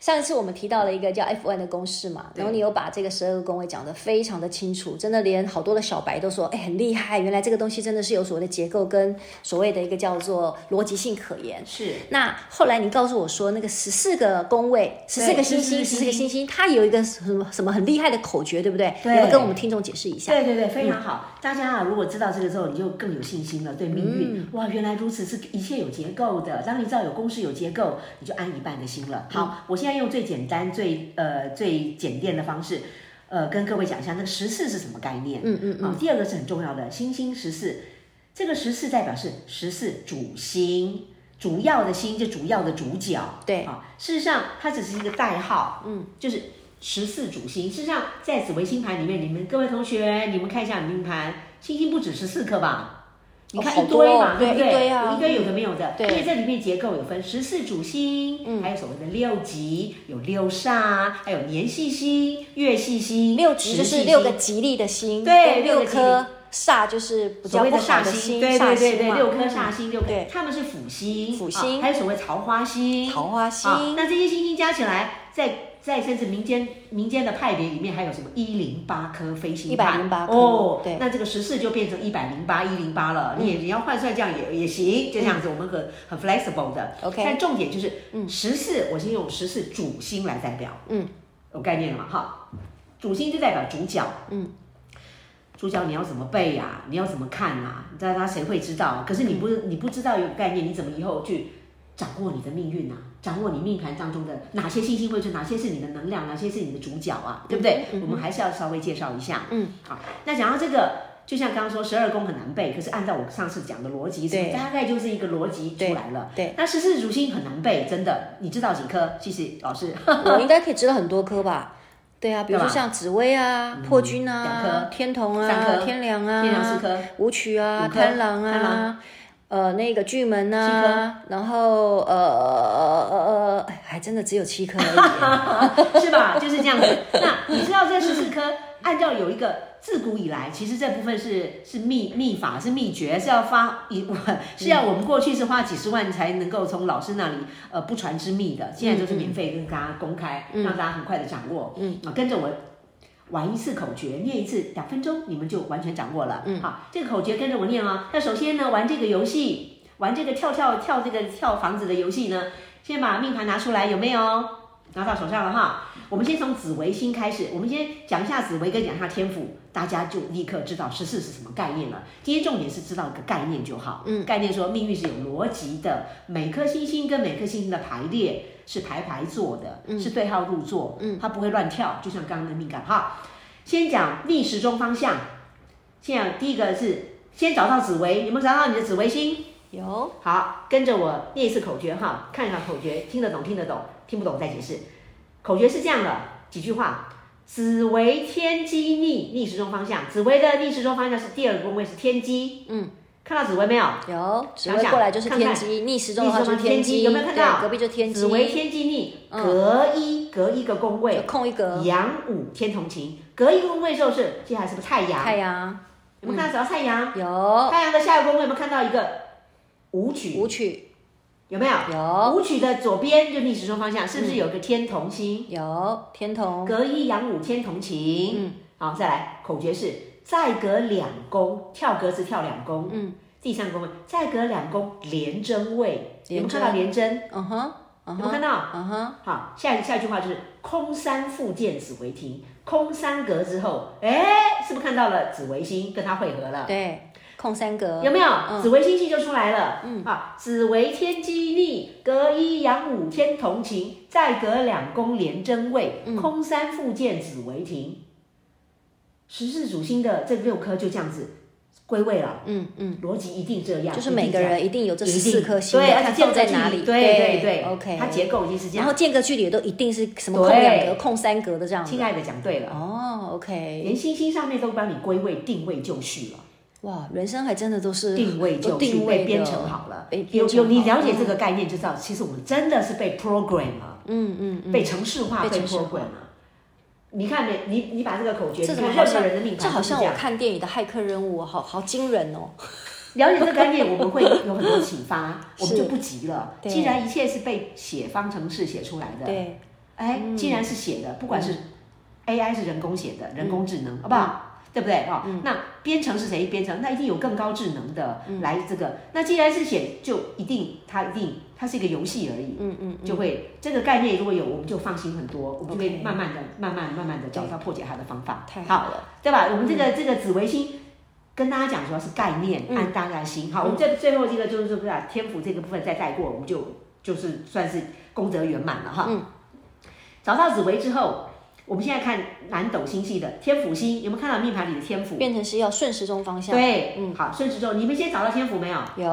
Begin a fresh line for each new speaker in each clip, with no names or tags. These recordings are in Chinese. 上一次我们提到了一个叫 F1 的公式嘛，然后你有把这个十二个宫位讲得非常的清楚，真的连好多的小白都说，哎，很厉害，原来这个东西真的是有所谓的结构跟所谓的一个叫做逻辑性可言。
是
那后来你告诉我说，那个十四个宫位、十四个星星、十四个星星，它有一个什么什么很厉害的口诀，对不对？
对
你们跟我们听众解释一下。嗯
对对对，非常好。大家啊，如果知道这个之后，你就更有信心了，对命
嗯
运。哇，原来如此，是一切有结构的。当你知道有公式、有结构，你就安一半的心了。
嗯
好，我现在用最简单、最呃最简便的方式，呃，跟各位讲一下那个十四是什么概念。
嗯嗯
好，第二个是很重要的，星星十四，这个十四代表是十四主星，主要的星就主要的主角。
对
啊，事实上它只是一个代号，嗯，就是十四主星。事实上，在紫微星盘里面，你们各位同学，你们看一下你们命盘，星星不止十四颗吧？你看
好
一堆
多哦
嘛，对不
对
对？
一堆啊
有一堆有的没有的，
对嗯
因为这里面结构有分十四主星，还有所谓的六级，有六煞，还有年系星、月系星、
六
时
吉就
系
是
星
六个吉利的星，六
对六个吉利
颗煞就是比
所
较
谓
不
的
好
煞
的
星，对
煞
对对
星
对，
嘛。嗯
六颗煞星，六颗
对，
他们是辅星，
辅星
啊还有所谓桃花星，
嗯桃花星
啊那这些星星加起来，在在甚至民间民间的派别里面，还有什么一零八颗飞星盘
108颗
哦，
对嗯
那这个十四就变成一百零八一零八了，你也你要换算这样也也行，就这样子，我们很很 flexible 的。
OK
但重点就是，十四我先用十四主星来代表，
嗯，
有概念了嘛？哈，主星就代表主角，主角你要怎么背呀、你要怎么看啊？你知道他谁会知道？可是你不你不知道有个概念，你怎么以后去掌握你的命运啊？掌握你命盘当中的哪些星星会去，哪些是你的能量，哪些是你的主角啊？
嗯
对不对？我们还是要稍微介绍一下。嗯，好，那讲到这个，就像刚刚说十二宫很难背，可是按照我上次讲的逻辑，
对
大概就是一个逻辑出来了。
对对
那十四主星很难背，真的，你知道几颗？其实老师，
我应该可以知道很多颗吧？对啊，比如说
对吧嗯
像紫薇啊、破军
两
啊
颗、
天同
三
啊、
颗
天梁啊、
天梁四颗、
武曲啊、
五颗
贪狼
贪
啊
狼。
呃，那个巨门
七
啊，然后呃呃呃呃，哎还真的只有七颗而已。
是吧？就是这样子。那你知道这十四颗，按照有一个自古以来，其实这部分是是秘秘法，是秘诀，是要发一是要我们过去是花几十万才能够从老师那里呃不传之秘的，现在就是免费跟大家公开，让大家很快的掌握。嗯，啊，跟着我。玩一次口诀，念一次，两分钟你们就完全掌握了。嗯，好，这个口诀跟着我念哦。那首先呢，玩这个游戏，玩这个跳跳跳这个跳房子的游戏呢，先把命盘拿出来，有没有？拿到手上了哈。我们先从紫微星开始，我们先讲一下紫微跟讲一下天赋，大家就立刻知道十四是什么概念了。今天重点是知道一个概念就好，嗯，概念说命运是有逻辑的，每颗星星跟每颗星星的排列是排排坐的，
嗯
是对号入座，嗯，它不会乱跳，就像刚刚的命感哈。先讲逆时钟方向，先讲第一个是先找到紫微，有没有找到你的紫微星？
有
好，跟着我念一次口诀哈，看一下口诀，听得懂听得懂，听不懂再解释。口诀是这样的，几句话：紫微天机逆逆时钟方向，紫微的逆时钟方向是第二个宫位是天机，嗯，看到紫微没有？
有，紫薇
想想
过来就是
看
天
看
机，逆时
逆
钟的话就是天机，
有没有看到？
对，隔壁就天机
紫，微天机逆，
嗯
隔一隔一个
就
宫位，
空一格
阳午天同晴，隔一个宫位之后是接下来是不是太嗯哦阳？
太阳，
有没有看到？找到太阳，
有
太阳的下一个宫位有没有看到一个舞曲？
舞曲，
有嗯没有？
有
舞曲的左边就逆时钟方向，是不是有个天同星？
有天同，
隔一阳五天同晴。嗯，好，再来口诀是再隔两宫，跳格子跳两宫。嗯，第三宫位再隔两宫连针位，有
连
没有
针
看到连针？
嗯哼，嗯
有没有
哼，
看到？
嗯哼，
好，下一下一句话就是空山复见紫微亭，空山隔之后，哎，是不是看到了紫微星跟它汇合了？
对，嗯空三格
有没有？紫微星系就出来了。嗯啊，紫微天机逆，隔一阳五天同晴，再隔两宫连贞位，
嗯
空山复见紫微亭。十四主星的这六颗就这样子归位了，
嗯嗯，
逻辑一定这样，
就是
一定
每个
这样
人一定有这
一
十四
定
颗星的，
对，而
它
且间
放
隔
在
距
哪
离
里？
对对对
，OK，
它结构已经是这
然
样
后。间隔距离也都一定是什么
对
空两格、空三格的这样
亲
子。
爱的讲对了，
哦，OK，
连星星上面都帮你归位、定位、就绪了，
哇，人生还真的都是
定位
都
就
定
绪
位
被
的
编程好了
被。编
有
程
有，你
好
了解这个概念就知道，其实我们真的是被 program 了，
嗯嗯嗯，
被程式化、
被
被
程式化
program 了。你看没？你你把这个口诀，
这
你
怎么
看
好
任何
像
人的命
这
盘
好
都是
像
这
我
样。
看电影的骇客任务，好好惊人哦。
了解这个概念，我们会有很多启发， 我们
是
就不急了。
对
既然一切是被写方程式写出来的，
对，
哎，
嗯
既然是写的，不管是 AI 是人工写的，人工智能，好不
嗯
好？对不对？哈、那编程是谁编程？那一定有更高智能的
嗯
来这个。那既然是写，就一定它一定它是一个游戏而已，
嗯嗯，
就会这个概念如果有，我们就放心很多，我们就可以
OK
慢慢的、慢慢、慢慢的找到破解它的方法。
太
好，
好了，
对吧？我们这个、这个紫微星。跟大家讲，主要是概念，
嗯
按大家的心。好，我们这最后这个就是不是啊天府这个部分再带过，我们就就是算是功德圆满了哈。
嗯
找到紫微之后，我们现在看南斗星系的天府星，有没有看到命盘里的天府？
变成是要顺时钟方向。
对，
嗯
好，顺时钟，你们先找到天府没有？
有，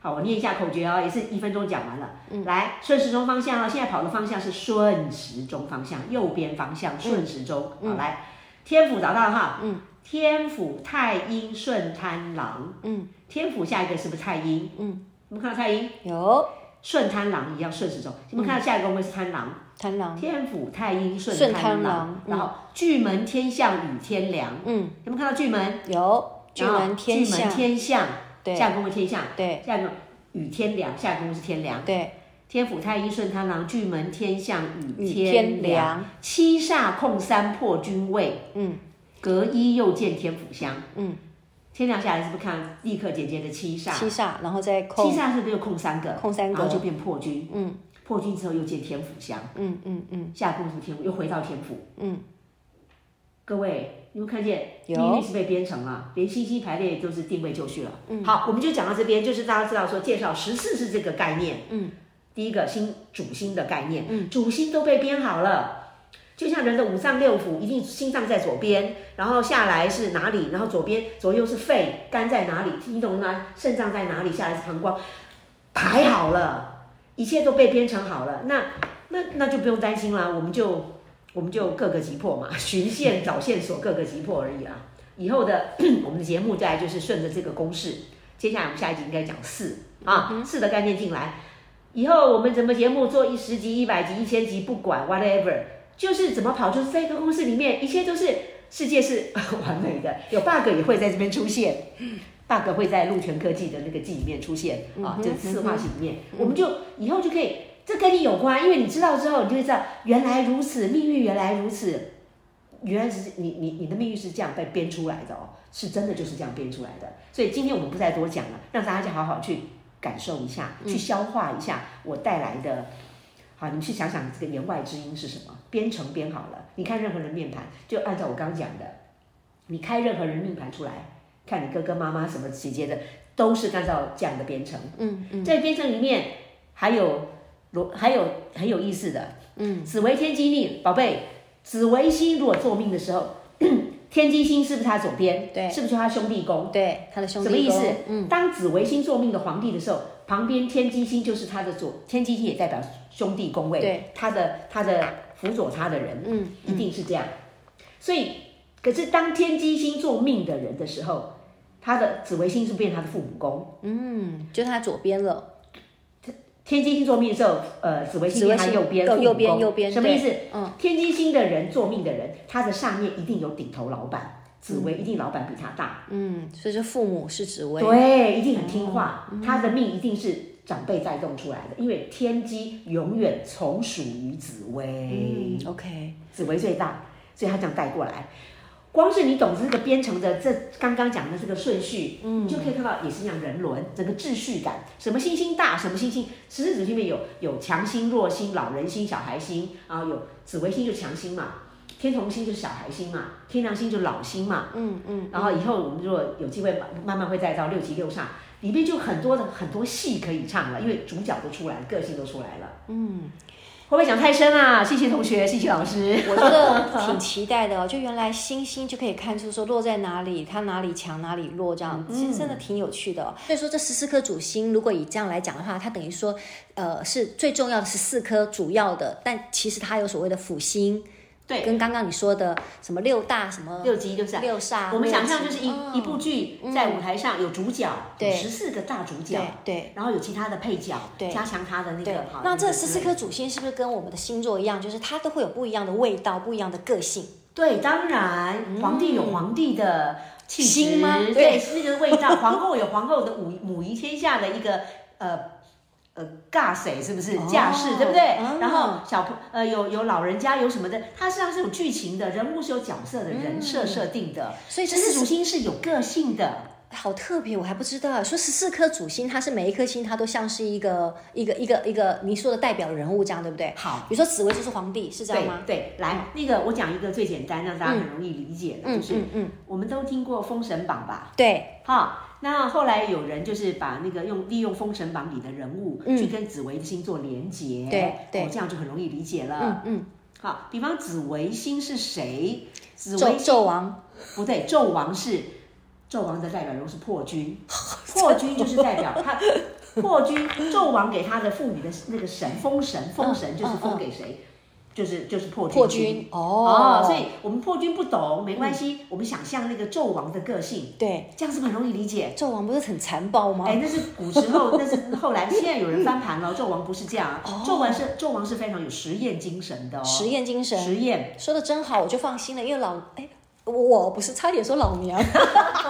好，我念一下口诀哦，也是一分钟讲完了。
嗯
来，顺时钟方向哦，现在跑的方向是顺时钟方向，右边方向顺时钟。
嗯
好，来，天府找到了哈。
嗯。
天府太阴顺贪狼，
嗯
天府下一个是不是太阴？
嗯，
我们看到太阴
有，
顺贪狼一样顺时钟，你们看到下一个会不会是贪狼？
贪狼，
天府太阴
嗯顺
顺
贪狼
贪狼，
嗯
然后巨门天象与天梁，
嗯，
有没有看到巨门？
有，巨
然后
门天
啊巨门
象，
天象，
对
下宫的天象，
对
下宫与天梁，下宫是天梁。
对，
天府太阴顺贪狼，巨门天象与
与
天
天
梁，
梁，
七煞控三破军位，
嗯
隔一又见天府相。
嗯，
天梁下来是不是看立刻姐姐的七煞？
七煞，然后再
七
空
煞是不是又空三个？
空三
然后就
格，
变破军。
嗯
破军之后又见天府相，
嗯嗯嗯
下宫是天府，又回到天府。
嗯，
各位，你们看见
有
命运是被编程了，连星星排列都是定位就绪了。嗯，好，我们就讲到这边，就是大家知道说介绍十四是这个概念。
嗯，
第一个星主星的概念，嗯，主星都被编好了，就像人的五脏六腑，一定心脏在左边，然后下来是哪里，然后左边左右是肺，肝在哪里，你懂吗？肾脏在哪里，下来是膀胱，排好了，一切都被编程好了，那那那就不用担心啦，我们就。我们就各个击破嘛， 循线找线索，各个击破而已啦。以后的 我们的节目再来就是顺着这个公式，接下来我们下一集应该讲四啊，四的概念进来。以后我们怎么节目做一十集、一百集、一千集，不管 whatever，就是怎么跑，就是在一个公式里面，一切都是世界是 完美的，有 bug 也会在这边出现，bug 会在陆泉科技的那个记里面出现啊，这四化型里面，我们就以后就可以，这跟你有关，因为你知道之后，你就会知道原来如此，命运原来如此，原来是你你你的命运是这样被编出来的哦，是真的就是这样编出来的。所以今天我们不再多讲了，让大家好好去感受一下，去消化一下我带来的。好，你们去想想这个言外之音是什么？编程编好了，你看任何人面盘，就按照我刚刚讲的，你开任何人命盘出来，看你哥哥妈妈什么姐姐的，都是按照这样的编程。
嗯嗯
在编程里面还有罗，还有很有意思的，嗯，紫微天机命，宝贝，紫微星如果做命的时候， 天机星是不是他左边？
对
是不是就他兄弟宫？
对，他的兄弟
什么意思
宫？嗯，
当紫微星做命的皇帝的时候，旁边天机星就是他的左，天机星也代表兄弟宫位，
对，
他的他的辅佐他的人，
嗯，
一定是这样。所以，可是当天机星做命的人的时候，他的紫微星是不是变他的父母宫。
嗯，就他左边了，
天机星座命的时候，呃，紫微星在它右边，
紫微星哦
父母宫
右边右边
什么意思？
嗯，
天机星的人做命的人，他的上面一定有顶头老板，紫微一定老板比他大，
嗯，所以是父母是紫薇，
对，一定很听话，他的命一定是长辈带动出来的，因为天机永远从属于紫微
嗯，，OK，
紫微最大，所以他这样带过来。光是你懂这个编程的这刚刚讲的这个顺序，嗯，你就可以看到也是一样人伦整个秩序感，什么星星大，什么星星，十四子里面有有强星、弱星、老人星、小孩星，啊，有紫微星就强星嘛，天同星就是小孩星嘛，天梁星就老星嘛，
嗯嗯，
然后以后我们如果有机会慢慢慢会再到六级六煞，里面就很多的很多戏可以唱了，因为主角都出来了，个性都出来了。会不会讲太深啊？谢谢同学，谢谢老师。
我觉得挺期待的哦，就原来星星就可以看出说落在哪里，它哪里强哪里弱，这样
嗯
其实真的挺有趣的、哦。所以说这十四颗主星，如果以这样来讲的话，它等于说，呃，是最重要的十四颗主要的，但其实它有所谓的辅星，
对
跟刚刚你说的什么六大什么
六级就是啊
六煞，
我们想象
六
就
级
是一、
嗯
一部剧在舞台上有主角，
对
有十四个大主角
对，对。
然后有其他的配角，
对
加强他的那
对
个好。
那这
个
十四
之类
颗
的
主星是不是跟我们的星座一样，就是它都会有不一样的味道、不一样的个性？
对，当然皇帝有皇帝的气
嗯
质
心吗
对，是那个味道。皇后有皇后的母母仪天下的一个呃。呃，尬谁是不是
哦
架势，对不对？
嗯
然后小朋呃有有老人家有什么的，它实际上是有剧情的，人物是有角色的，人设设定的，
嗯所以这
这是
是
主星是有个性的，
好特别，我还不知道。啊说十四颗主星，它是每一颗星，它都像是一个一个一个一个你说的代表人物，这样对不对？
好，
比如说紫薇就是皇帝，是这样吗？
对，对来，那个我讲一个最简单，让大家很容易理解的，
嗯
就是
嗯嗯，
我们都听过《封神榜》吧？
对，
哈，那后来有人就是把那个用利用《封神榜》里的人物
嗯
去跟紫薇的星座连接，
对对
哦，这样就很容易理解了。
嗯嗯，
好，比方紫薇星是谁？紫
纣
薇
纣王，
不对，纣王是纣王的代表人物是破军，破军就是代表他。破军，纣王给他的赋予的那个神封神，封神就是封给谁？就是就是破军。
嗯破军
哦
哦，，嗯
所以我们破军不懂没关系，我们想象那个纣王的个性，
对，
这样是不是很容易理解？
纣王不是很残暴吗？
哎，那是古时候，那是后来，现在有人翻盘了。纣王不是这样啊，纣王是纣王是非常有实验精神的哦，
哦实验精神，
实验。
说的真好，我就放心了，因为老哎。我不是差点说老娘，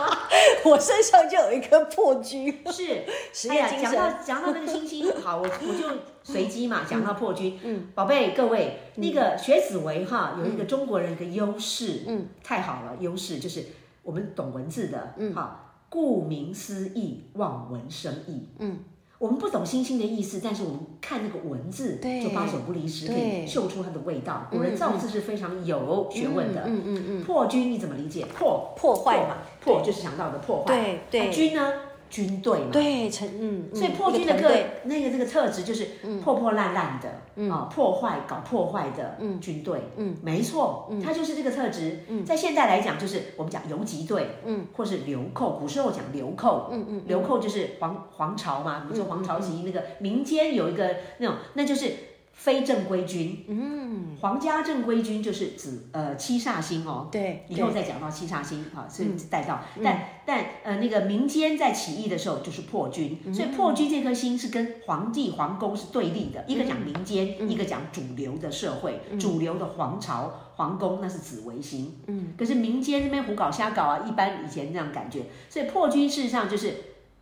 我身上就有一颗破军，
是，
实
哎
验
呀，
精
讲
神。
到讲到那个星星，好，我我就随机嘛，讲到破军，嗯，宝贝各位，
嗯
那个学紫薇哈，有一个中国人的优势，嗯，太好了，优势就是我们懂文字的，嗯，好，顾名思义，望文生义，嗯。我们不懂星星的意思，但是我们看那个文字，
对
就八九不离十，可
对
以嗅出它的味道。古人造字是非常有学问的。
嗯嗯嗯，
破军你怎么理解？破
破坏嘛，
破破就是想到的破坏。
对对
那军呢？军队嘛。
对，成嗯，嗯
所以破军的嗯
一
个
团队
那个这个特质就是破破烂烂的，啊，破坏搞破坏的军队，嗯，没错，它就是这个特质。在现代来讲，就是我们讲游击队，嗯，或是流寇，古时候讲流寇，嗯嗯，流寇就是皇皇朝嘛，比如说皇朝级那个民间有一个那种，那就是。非正规军，嗯，皇家正规军就是指呃七煞星哦，
对，
以后
对
再讲到七煞星啊，所以带到，但但呃，那个民间在起义的时候就是破军，所以破军这颗星是跟皇帝皇宫是对立的，一个讲民间，一个讲主流的社会，主流的皇朝皇宫那是紫微星，嗯，可是民间那边胡搞瞎搞啊，一般以前那样感觉，所以破军事实上就是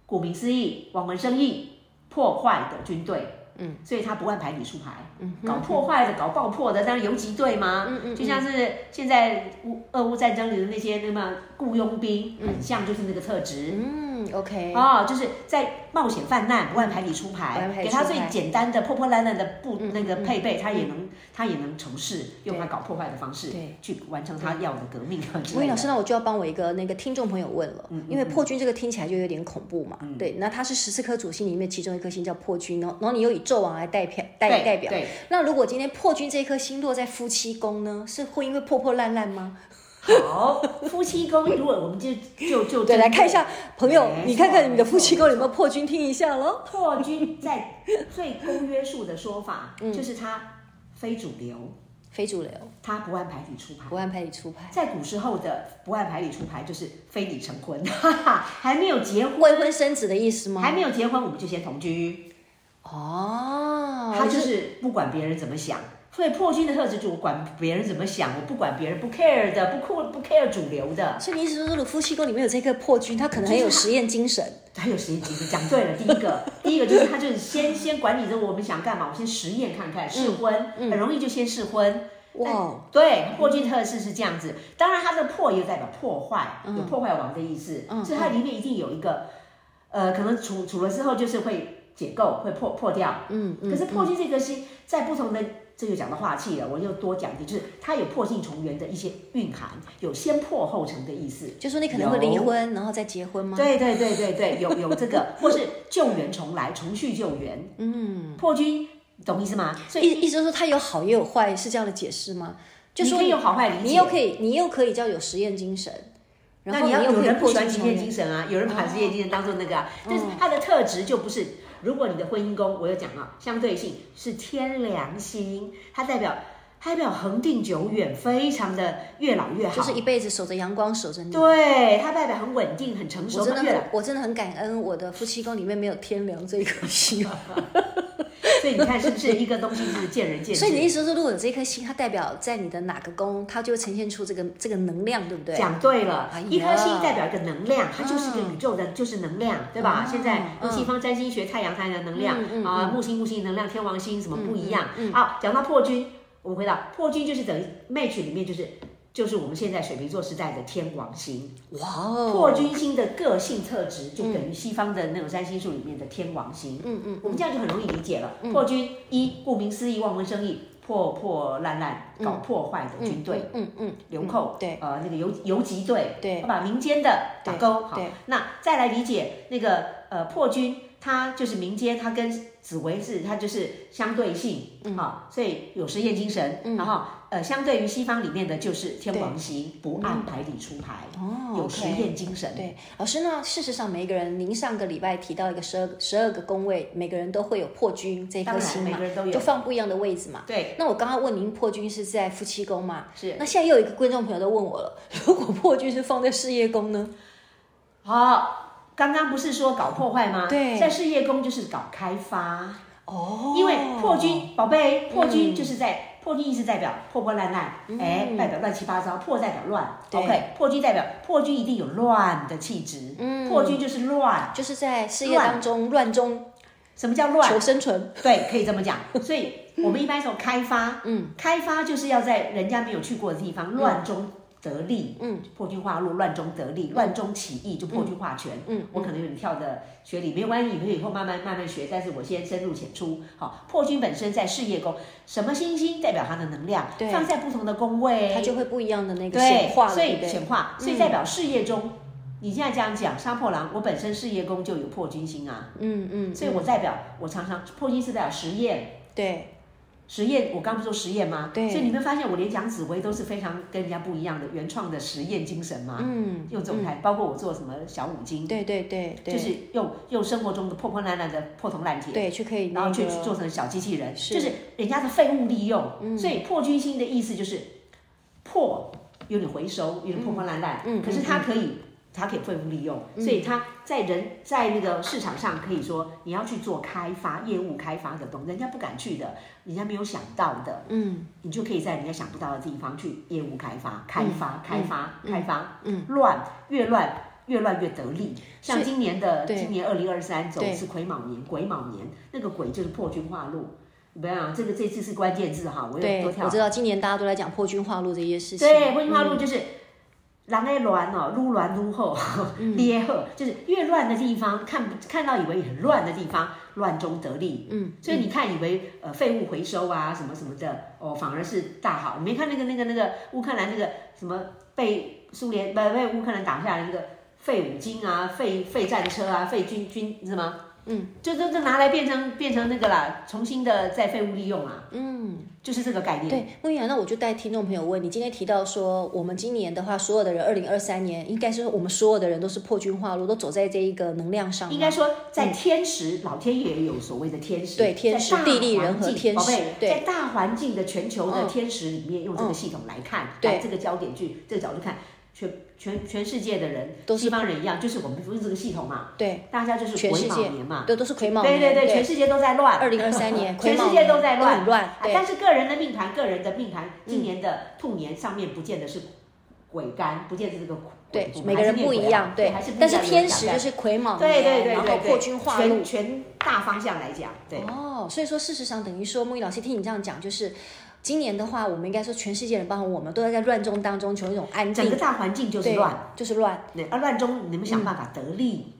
顾名思义，望文生义，破坏的军队。嗯，所以他不按牌理出牌，嗯、搞破坏的、搞爆破的，当然游击队嘛，嗯嗯、就像是现在乌俄乌战争里的那些那么雇佣兵，很像就是那个特质。
嗯，OK，
哦，就是在冒险犯难，不按牌理出
不按
牌，
牌理
给
出
他
牌嗯
最简单的破破烂烂的布那个配备，他也能他也能从事，用他搞破坏的方式
对
去完成他要的革命啊之
吴
类
宇老
的。
师，那我就要帮我一个那个听众朋友问了，
嗯
因为破军这个听起来就有点恐怖嘛。对，那它是十四颗主星里面其中一颗星叫破军，然后然后你又以纣王来代表代
对
代表。
对，
那如果今天破军这颗星落在夫妻宫呢，是会因为破破烂烂吗？
好，夫妻宫，如果我们就就就
对，来看 一下朋友
没，错
你看看你的夫妻宫有没
没
有破军，听一下喽。
破军在最公约数的说法，
嗯
就是他非主流，
非主流，
他不按牌理出牌
不。按牌理出牌，
在古时候的不按牌理出牌就是非礼成婚，哈哈，还没有结婚，
未婚生子的意思吗
还？没有结婚我们就先同居，
哦，
他就是不管别人怎么想。所以破军的特质就是我管别人怎么想，我不管别人，不 care 的，不酷，不 care 主流的，
所以你意思是说，如果夫妻宫里面有这颗破军，他可能很有实验精神。
还有实验精神。讲对了，第一个，第一个就是他就是先先管理着我们想干嘛，我先实验看看，
嗯
试婚，很容易就先试婚，
哇哦，
对，破军特质是这样子。当然，它的破也代表破坏，有破坏王的意思，所以它里面一定有一个，呃，可能处处了之后就是会解构，会破破掉。嗯，可是破军这颗星在不同的。这就讲到化气了，我又多讲一点，就是它有破镜重圆的一些蕴含，有先破后成的意思。
就说你可能会离
有
婚，然后再结婚吗？
对对 对对对，有有这个，或是救援重来，重续救援。嗯，破军懂意思吗？所以
意意思就是说它有好也有坏，是这样的解释吗？就
你
说
可以有好坏理解，
你又可以，你又可以叫有实验精神，然
那
后
你要
又
有
可以
人不
破
喜欢
镜
职
重
业精
圆。
神啊，有人把职业精
哦
神当做那个、啊，但是他的特质就不是。如果你的婚姻宫，我有讲啊，相对性是天良心，它代表它代表恒定久远，非常的越老越好，
就是一辈子守着阳光，守着你。
对啊它代表很稳定、很成熟
我真的，
越
很
老，
我真的很感恩我的夫妻宫里面没有天良这一颗星。
所以你看是不是一个东西是见仁见智？
所以你的意思是，如果有这颗星，它代表在你的哪个宫，它就会呈现出这个这个能量，对不对？
讲对了
哎呀，
一颗星代表一个能量，它就是一个宇宙的，就是能量，对吧？
嗯
现在
嗯
用西方占星学太阳太阳的能量
嗯嗯
啊
嗯，
木星木星能量，天王星什么不一样
嗯嗯嗯？
好，讲到破军，我们回到破军就是等于 match 里面就是就是我们现在水瓶座时代的天王星，
哇哦，
破军星的个性特质就等于西方的那种占星术里面的天王星。
嗯嗯
我们这样就很容易理解了。破军一，顾名思义，望文生义，破破烂烂，搞破坏的军队。，
嗯嗯嗯，
流寇，
嗯对，
呃，那个游游击队，
对
把民间的打
对
勾，好
对，
那再来理解那个呃破军，它就是民间，它跟紫薇是它就是相对性，
嗯
好，所以有实验精神，然后呃，相对于西方里面的就是天王星，不按牌理出牌，
哦
有
OK
实验精神，
对，老师呢？事实上，每一个人，您上个礼拜提到一个十二十二个宫位，每个人都会有破军这一颗
当然
星
每
嘛
个人都，有
就放不一样的位置嘛。
对，
那我刚刚问您，破军是在夫妻宫嘛？
啊是
那现在又有一个观众朋友都问我了， 如果破军是放在事业宫呢？
好。刚刚不是说搞破坏吗？
对
在事业宫就是搞开发，
哦嗯
因为破军，宝贝，破军就是在、破军意思代表破破烂烂，哎、代表乱七八糟，破代表乱
对
，OK，破军代表破军一定有乱的气质，
嗯
破军就是乱，
就是在事业当中乱中
什么叫乱
求？生存。
对，可以这 么讲。所以我们一般说开发，
嗯，
开发就是要在人家没有去过的地方乱中得利，
嗯，
破军化弱，乱中得利，乱中起义就破军化权。
嗯嗯
我可能有点跳的学理，没关系，你们以后慢慢慢慢学，但是我先深入浅出。好，破军本身在事业宫，什么星星代表它的能量
对，
放在不同的宫位，
它就会不一样的那个
对
显化，了，
所
对嗯
以
不对
显？化，所以代表事业中。你现在这样讲，杀破狼，我本身事业宫就有破军星啊，
嗯嗯，
所以我代表我常常破军是代表实验，
对，
实验，我刚不是说实验吗？
对
所以你们发现我连讲紫薇都是非常跟人家不一样的原创的实验精神嘛，
嗯，
用这种态，包括我做什么小五金，
对对对对，
就是用用生活中的破破烂烂的破铜烂铁，
对，去可以
然
那
后去
个
做成小机器人，
是嗯
就是人家的废物利用。所以破军星的意思就是破，有点回收，有点破破烂烂，
嗯嗯嗯
可是它可以。它可以废物利用，所以它在人在那个市场上可以说，你要去做开发业务开发的东西，人家不敢去的，人家没有想到的，
嗯，
你就可以在人家想不到的地方去业务开发、开发、开发、
嗯
开发，
嗯，
乱越乱越乱越得利。
所
像
以
今年的
对
今年二零二三走
对
是癸卯年，癸卯年那个癸就是破军化禄，不要啊这个这次是关键字哈，我有
对，
多
我
跳
知。道今年大家都在讲破军化禄这些事情，嗯
对，破军化禄就是。狼爱乱哦，撸乱撸后，
嗯
裂后，就是越乱的地方，看不看到以为很乱的地方，乱中得利，
嗯，
所以你看，以为呃废物回收啊什么什么的，哦，反而是大好。你没看那个那个那个乌克兰那个什么被苏联不被乌克兰打下来那个废五金啊、废废战车啊、废军军什么？嗯，就都都拿来变成变成那个啦，重新的再废物利用啊。嗯，就是这个概念。
对，孟玉阳，那我就带听众朋友问你，今天提到说，我们今年的话，所有的人，二零二三年，应该是说我们所有的人都是破军化禄，都走在这一个能量上吗，嗯
应该说，在天时，老天爷有所谓的天时，
对天时
在大
地利人和
环境
天时
宝贝
对
在大环境的全球的
嗯
天时里面，用这个系统来看，
对
来这个焦点去这个角度看，全全全世界的人，
都是
西方人一样，就是我们用这个系统嘛，
对，
大家就是
全世
癸卯
界
年嘛，
对，都是癸卯
对
年，
对对，全世界都在乱，
二零二 三年，
全
癸
世
卯
界
年
都在乱
很乱
啊，
对，嗯
但是个人的命盘，个人的命盘，今年的兔年上面不见得是鬼干，不见得是这个
对
鬼，我们
每个
还是
人
念
不一
鬼啊
样，
对，
对
还是不，一
但
样
是天
有
时
两
就
个
是癸卯
对
年，
对对
然
对
后
对，
破军化禄
全，全大方向来讲，对，
哦，所以说事实上等于说，木易老师听你这样讲，就是今年的话，我们应该说全世界人，包括我们，都在在乱中当中求一种安
整
定
个，大环境就是
对
乱，，呃
就是乱，
对，而乱中你们想办法得利，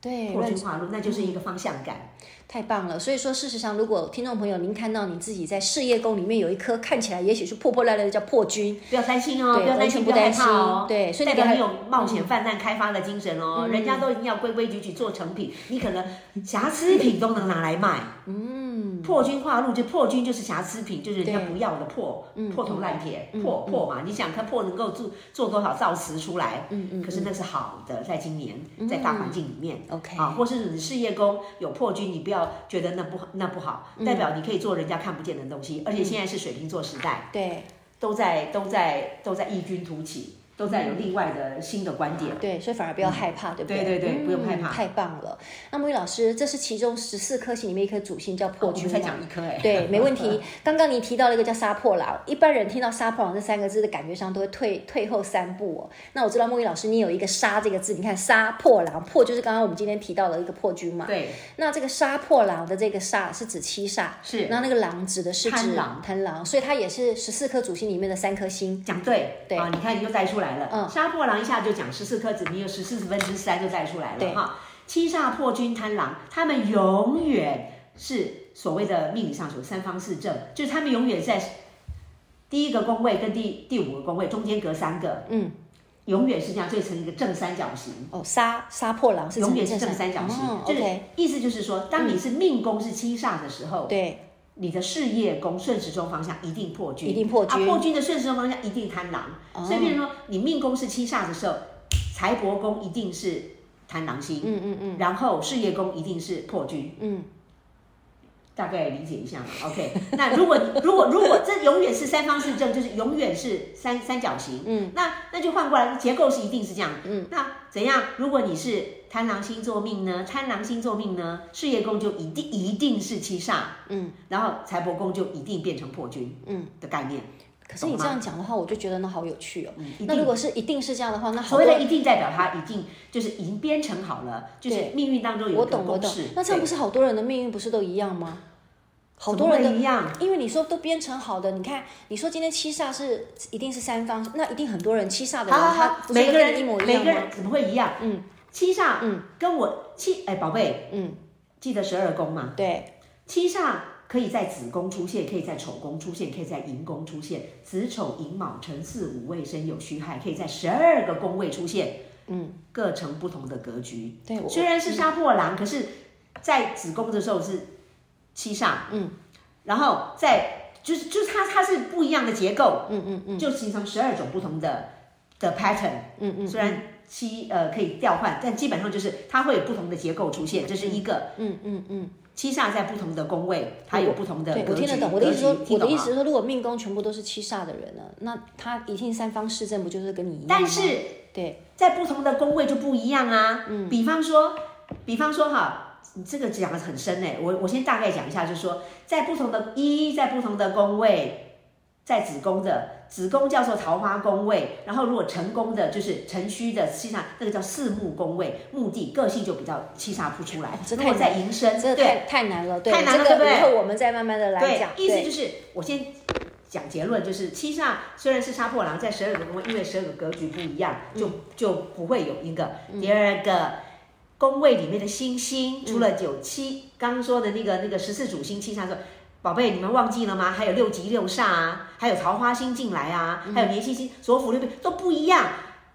对，
破
乱
军化禄，那就是一个方向感。
太棒了！所以说，事实上，如果听众朋友您看到你自己在事业宫里面有一颗看起来也许是破破烂烂的叫破军，
不要担心哦，
对
不要担
完全
心，
不
要害
担心
怕哦。
对所以
代
你嗯
表
不要
你有冒险泛滥开发的精神
嗯
哦。人家都一定要规规矩矩做成品，你可能瑕疵品都能拿来卖。嗯，破军化禄，就破军就是瑕疵品，就是人家
对嗯
不要的破，破铜烂铁，破破嘛。你想看破能够做做多少造词出来？嗯嗯。可是那是好的，在今年，在大环境里面。
嗯 OK
啊，或是你事业宫有破军，你不要觉得那不好那不好，
嗯
代表你可以做人家看不见的东西，而且现在是水瓶座时代。
对
都在都在都在异军突起，都在有另外的新的观点。
对，所以反而不要害怕，对不对？
对对对不用害怕
太棒了！那木鱼老师，这是其中十四颗星里面一颗主星叫破
啊我们
军
才
嘛
讲一颗哎、
对，没问 题。刚刚你提到了一个叫杀破狼，一般人听到杀破狼这三个字的感觉上都会退退后三步哦。那我知道梦雨老师，你有一个“杀”这个字，你看“杀破狼”，破就是刚刚我们今天提到的一个破军嘛。
对，
那这个杀破狼的这个煞是指七煞，
是
那那个狼指的是指
贪狼
贪狼，所以它也是十四颗主星里面的三颗星。
讲对，
对
啊，你看你又带出来了，
嗯
杀破狼一下就讲十四颗子民有十四分之三就带出来
对
了哈。七煞破军贪狼，他们永远是所谓的命理上有三方四正，就是他们永远在第一个宫位跟第第五个宫位中间隔三个，
嗯，
永远是这样，就成一个正三角形。
哦，杀杀破狼是
永远是
正
正三角形，
哦
就是
，OK，
意思就是说，当你是命宫是七煞的时候，
对，
你的事业宫顺时钟方向一定破军，
一定破军
啊，破军的顺时钟方向一定贪狼，
哦
所以变成说，你命宫是七煞的时候，财帛宫一定是贪狼星，
嗯嗯嗯
然后事业宫一定是破军，
嗯，
大概理解一下嘛，OK 。 那如果如果如果这永远是三方四正，就是永远是三三角形，
嗯，
那那就换过来，结构是一定是这样，
嗯，
那怎样？如果你是贪狼星座命呢？贪狼星座命呢？事业宫就一定一定是七煞，
嗯，
然后财帛宫就一定变成破军，
嗯
的概念，
可是你
懂
这
吗
样讲的话，我就觉得那好有趣哦。
嗯，一
那如
定。
果是一定是这样的话，那好
所谓
多
的一定代表它已经就是已经编程好了，就是
对
命运当中有
我
一个
懂，我
公
懂
式。。
那这样不
对
是好多人的命运不是都一样吗？好
怎
多
么
人
会
的，
一样？
因为你说都编程好的，你看，你说今天七煞是一定是三方，那一定很多人七煞的人，
好好
他
好，
不是
啊每
都
个
跟你
人
一模一
每
样
个
吗
人？怎么会一样？
嗯，
七煞，
嗯，
跟我七哎宝贝，
嗯，
记得十二宫吗？
对，
七煞可以在子宫出现，可以在丑宫出现，可以在寅宫出现，子丑寅卯辰巳午未申酉戌亥，可以在十二个宫位出现，
嗯，
各成不同的格局。
对我
虽然是杀破狼，可是，在子宫的时候是七煞，
嗯，
然后在就是就是它它是不一样的结构，
嗯嗯嗯
就形成十二种不同的的 pattern。
嗯嗯，
虽然七呃可以调换，但基本上就是它会有不同的结构出现，这是一个。
嗯嗯嗯，
七煞在不同的宫位，它有不同的
对
格
我
局。
听得懂。我的意思说
格局，
我
听
的
懂啊
意
吗
思？是说，如果命宫全部都是七煞的人呢，那他一定三方四正，不就是跟你一样吗？
但是
对，
在不同的宫位就不一样啊。
嗯
比方说，比方说哈，你这个讲的很深哎、我我先大概讲一下，就是说，在不同的一在不同的宫位，在子宫的子宫叫做桃花宫位，然后如果成宫的就是辰戌的七煞，那个叫四木宫位，木地个性就比较七煞不出来。
这
如
太
果在寅申，
这
对
太太难了，对，
太难了
这
对不
个
对
以后我们再慢慢的来
对，
讲。
意思
对
就是我先讲结论，就是七煞虽然是杀破狼，在十二个宫位，因为十二个格局不一样，就、
嗯
就不会有一个。第二个宫位里面的星星，除
嗯
了有七，刚刚说的那个那个十四主星七煞之外。宝贝，你们忘记了吗？还有六吉六煞啊，还有桃花星进来啊，还有
嗯
年星星、左辅六病都不一样，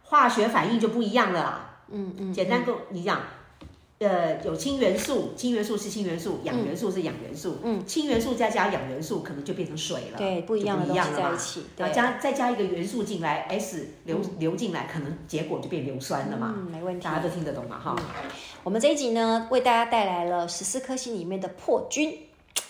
化学反应就不一样了啦。
嗯嗯，
简单跟你讲，呃，有氢元素，氢元素是氢元素，氧
嗯
元素是氧元素，嗯，氢元素再加氧元素，可能就变成水了，
对，不一
就
样的
不
东
一
西
样了
在一
嘛。
起，
啊，
对，
加再加一个元素进来，S 流流进来，可能结果就变硫酸了嘛。
嗯，没问题嗯
大。家都听得懂嘛？哈，
我们这一集呢，为大家带来了十四颗星里面的破军。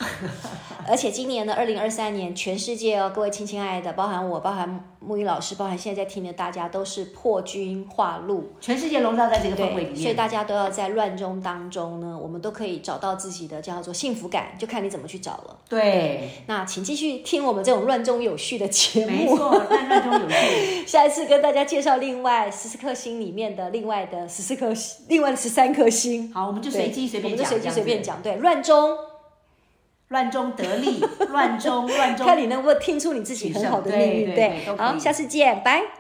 而且今年呢，二零二三年，全世界哦，各位亲亲爱的，包含我，包含木鱼老师，包含现在在听的大家，都是破军化禄。
全世界笼罩在这个氛
对，
围里
所以
面。
大家都要在乱中当中呢，我们都可以找到自己的叫做幸福感，就看你怎么去找了。
对，
那请继续听我们这种乱中有序的节
没
目，
错，乱乱中有序。
下一次跟大家介绍另外十四颗星里面的另外的十四颗星，另外的十三颗星，
好，我们就随机随便
对
讲，
我们就随机随便
这样子，
讲，对，乱中。
乱中得利，乱中乱 中
看你能不能听出你自己很好的命运。
对对对都可以
好，下次见，拜。